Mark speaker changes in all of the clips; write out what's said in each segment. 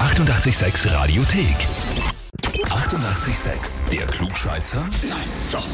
Speaker 1: 886 Radiothek. 88,6. Der Klugscheißer? Nein, doch.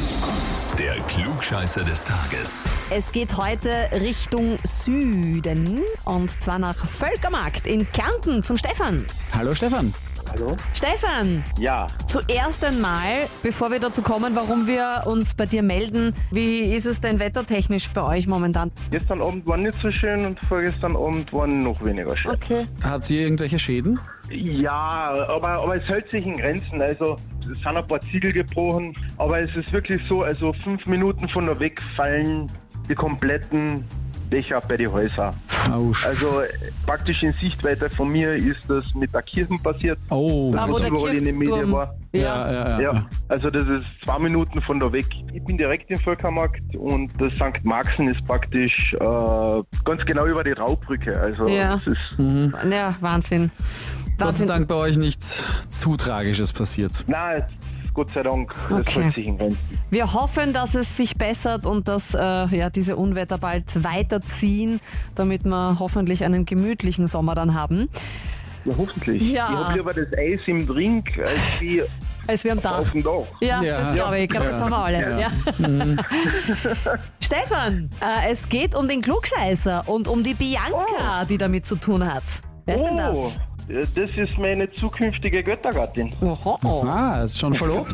Speaker 1: Der Klugscheißer des Tages.
Speaker 2: Es geht heute Richtung Süden und zwar nach Völkermarkt in Kärnten zum Stefan.
Speaker 3: Hallo Stefan.
Speaker 4: Hallo?
Speaker 2: Stefan,
Speaker 4: Ja,
Speaker 2: zuerst einmal, bevor wir dazu kommen, warum wir uns bei dir melden, wie ist es denn wettertechnisch bei euch momentan?
Speaker 4: gestern Abend war nicht so schön und vorgestern Abend war noch weniger schön.
Speaker 2: Okay.
Speaker 3: Hat sie irgendwelche Schäden?
Speaker 4: Ja, aber, aber es hält sich in Grenzen. Also es sind ein paar Ziegel gebrochen, aber es ist wirklich so, also fünf Minuten von der Weg fallen die kompletten Dächer bei den Häusern.
Speaker 3: Ausch.
Speaker 4: Also äh, praktisch in Sichtweite von mir ist das mit der Kirchen passiert.
Speaker 3: Oh.
Speaker 4: Ah,
Speaker 2: wo der
Speaker 4: Überall in den Medien
Speaker 2: Kirchturm-
Speaker 4: war.
Speaker 3: Ja, ja, ja.
Speaker 4: Ja, also das ist zwei Minuten von da weg. Ich bin direkt im Völkermarkt und das St. Marxen ist praktisch äh, ganz genau über die Raubrücke. Also
Speaker 2: Ja.
Speaker 4: das ist
Speaker 2: ja. ja Wahnsinn.
Speaker 3: Gott sei
Speaker 2: Wahnsinn.
Speaker 3: Dank bei euch nichts zu Tragisches passiert.
Speaker 4: nein, Gott sei Dank, das
Speaker 2: Okay.
Speaker 4: hält sich in Grenzen.
Speaker 2: Wir hoffen, dass es sich bessert und dass äh, ja, diese Unwetter bald weiterziehen, damit wir hoffentlich einen gemütlichen Sommer dann haben,
Speaker 4: Ja, hoffentlich.
Speaker 2: Ja.
Speaker 4: Ich habe lieber das Eis im Drink als wie
Speaker 2: als wir am Dach.
Speaker 4: auf dem Dach.
Speaker 2: Ja,
Speaker 3: Ja.
Speaker 2: das glaube ich. Ich glaube, das
Speaker 3: Ja.
Speaker 2: haben wir alle.
Speaker 3: Ja.
Speaker 2: Ja. Stefan, äh, es geht um den Klugscheißer und um die Bianca, die damit zu tun hat. Wer ist denn das?
Speaker 4: äh, Das ist meine zukünftige Göttergattin.
Speaker 2: Oho.
Speaker 3: Ah, ist schon verlobt.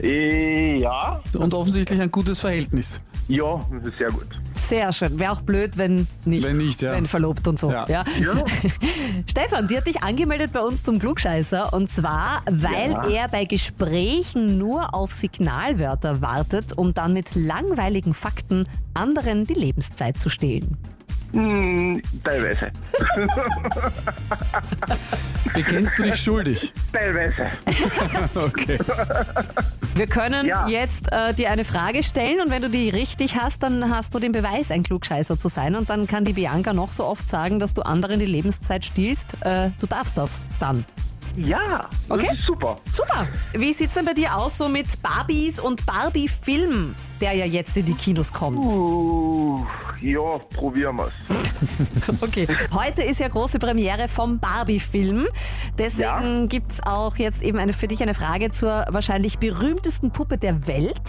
Speaker 4: Äh, ja,
Speaker 3: Und offensichtlich ein gutes Verhältnis.
Speaker 4: ja, das ist sehr gut.
Speaker 2: Sehr schön. Wäre auch blöd, wenn nicht.
Speaker 3: Wenn nicht, ja.
Speaker 2: Wenn verlobt und so.
Speaker 3: Ja.
Speaker 2: Ja. Stefan, die hat dich angemeldet bei uns zum Klugscheißer und zwar, weil er bei Gesprächen nur auf Signalwörter wartet, um dann mit langweiligen Fakten anderen die Lebenszeit zu stehlen.
Speaker 4: Hm, teilweise.
Speaker 3: Bekennst du dich schuldig?
Speaker 4: teilweise.
Speaker 3: Okay.
Speaker 2: Wir können
Speaker 4: Ja.
Speaker 2: jetzt äh, dir eine Frage stellen und wenn du die richtig hast, dann hast du den Beweis, ein Klugscheißer zu sein und dann kann die Bianca noch so oft sagen, dass du anderen die Lebenszeit stiehlst. Äh, du darfst das dann.
Speaker 4: Ja,
Speaker 2: Okay.
Speaker 4: das ist super.
Speaker 2: Super. Wie sieht's denn bei dir aus so mit Barbies und Barbie-Film, der ja jetzt in die Kinos kommt?
Speaker 4: Uh, ja, probieren wir's.
Speaker 2: Okay. Heute ist ja große Premiere vom Barbie-Film. Deswegen
Speaker 4: Ja.
Speaker 2: gibt's auch jetzt eben eine, für dich eine Frage zur wahrscheinlich berühmtesten Puppe der Welt.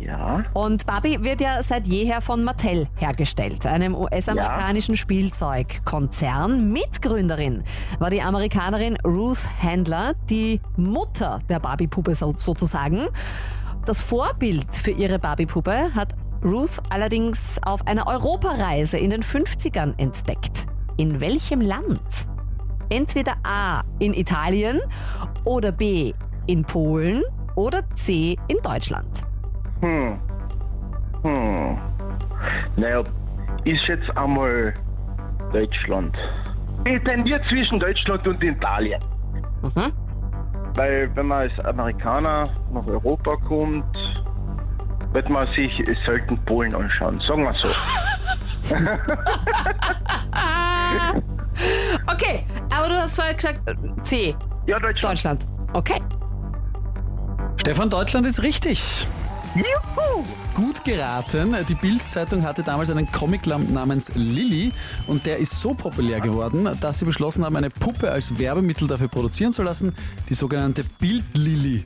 Speaker 4: Ja.
Speaker 2: Und Barbie wird ja seit jeher von Mattel hergestellt, einem US-amerikanischen Spielzeugkonzern. Mitgründerin war die Amerikanerin Ruth Handler, die Mutter der Barbie-Puppe so- sozusagen. Das Vorbild für ihre Barbie-Puppe hat Ruth allerdings auf einer Europareise in den 50ern entdeckt. In welchem Land? Entweder A in Italien oder B in Polen oder C in Deutschland.
Speaker 4: Hm. Hm. Naja, ist jetzt einmal Deutschland. Ich tendiere zwischen Deutschland und Italien.
Speaker 2: Mhm.
Speaker 4: Weil wenn man als Amerikaner nach Europa kommt, wird man sich es sollten Polen anschauen. Sagen wir so.
Speaker 2: Okay, aber du hast vorher gesagt äh, C,
Speaker 4: Ja, Deutschland.
Speaker 2: Deutschland. Okay.
Speaker 3: Stefan, Deutschland ist richtig.
Speaker 4: Juhu!
Speaker 3: Gut geraten. Die Bild-Zeitung hatte damals einen Comiclamp namens Lilly und der ist so populär geworden, dass sie beschlossen haben, eine Puppe als Werbemittel dafür produzieren zu lassen, die sogenannte Bild-Lilly.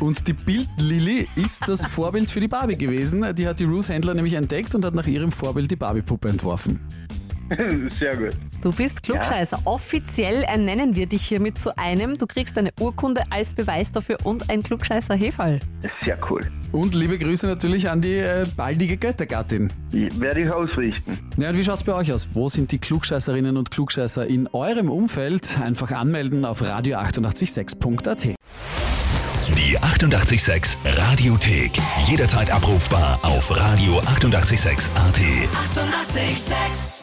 Speaker 3: Und die Bild-Lilly ist das Vorbild für die Barbie gewesen. Die hat die Ruth Handler nämlich entdeckt und hat nach ihrem Vorbild die Barbie-Puppe entworfen.
Speaker 4: Sehr gut.
Speaker 2: Du bist Klugscheißer. Offiziell ernennen wir dich hiermit zu einem. Du kriegst eine Urkunde als Beweis dafür und ein Klugscheißer Hefall.
Speaker 4: Sehr cool.
Speaker 3: Und liebe Grüße natürlich an die äh, baldige Göttergattin.
Speaker 4: Ich werde ich ausrichten.
Speaker 3: Ja, und wie schaut's bei euch aus? Wo sind die Klugscheißerinnen und Klugscheißer in eurem Umfeld? Einfach anmelden auf radio886.at.
Speaker 1: Die 88,6 Radiothek. Jederzeit abrufbar auf radio886.at. 88,6.
Speaker 5: Eighty-eight, sex.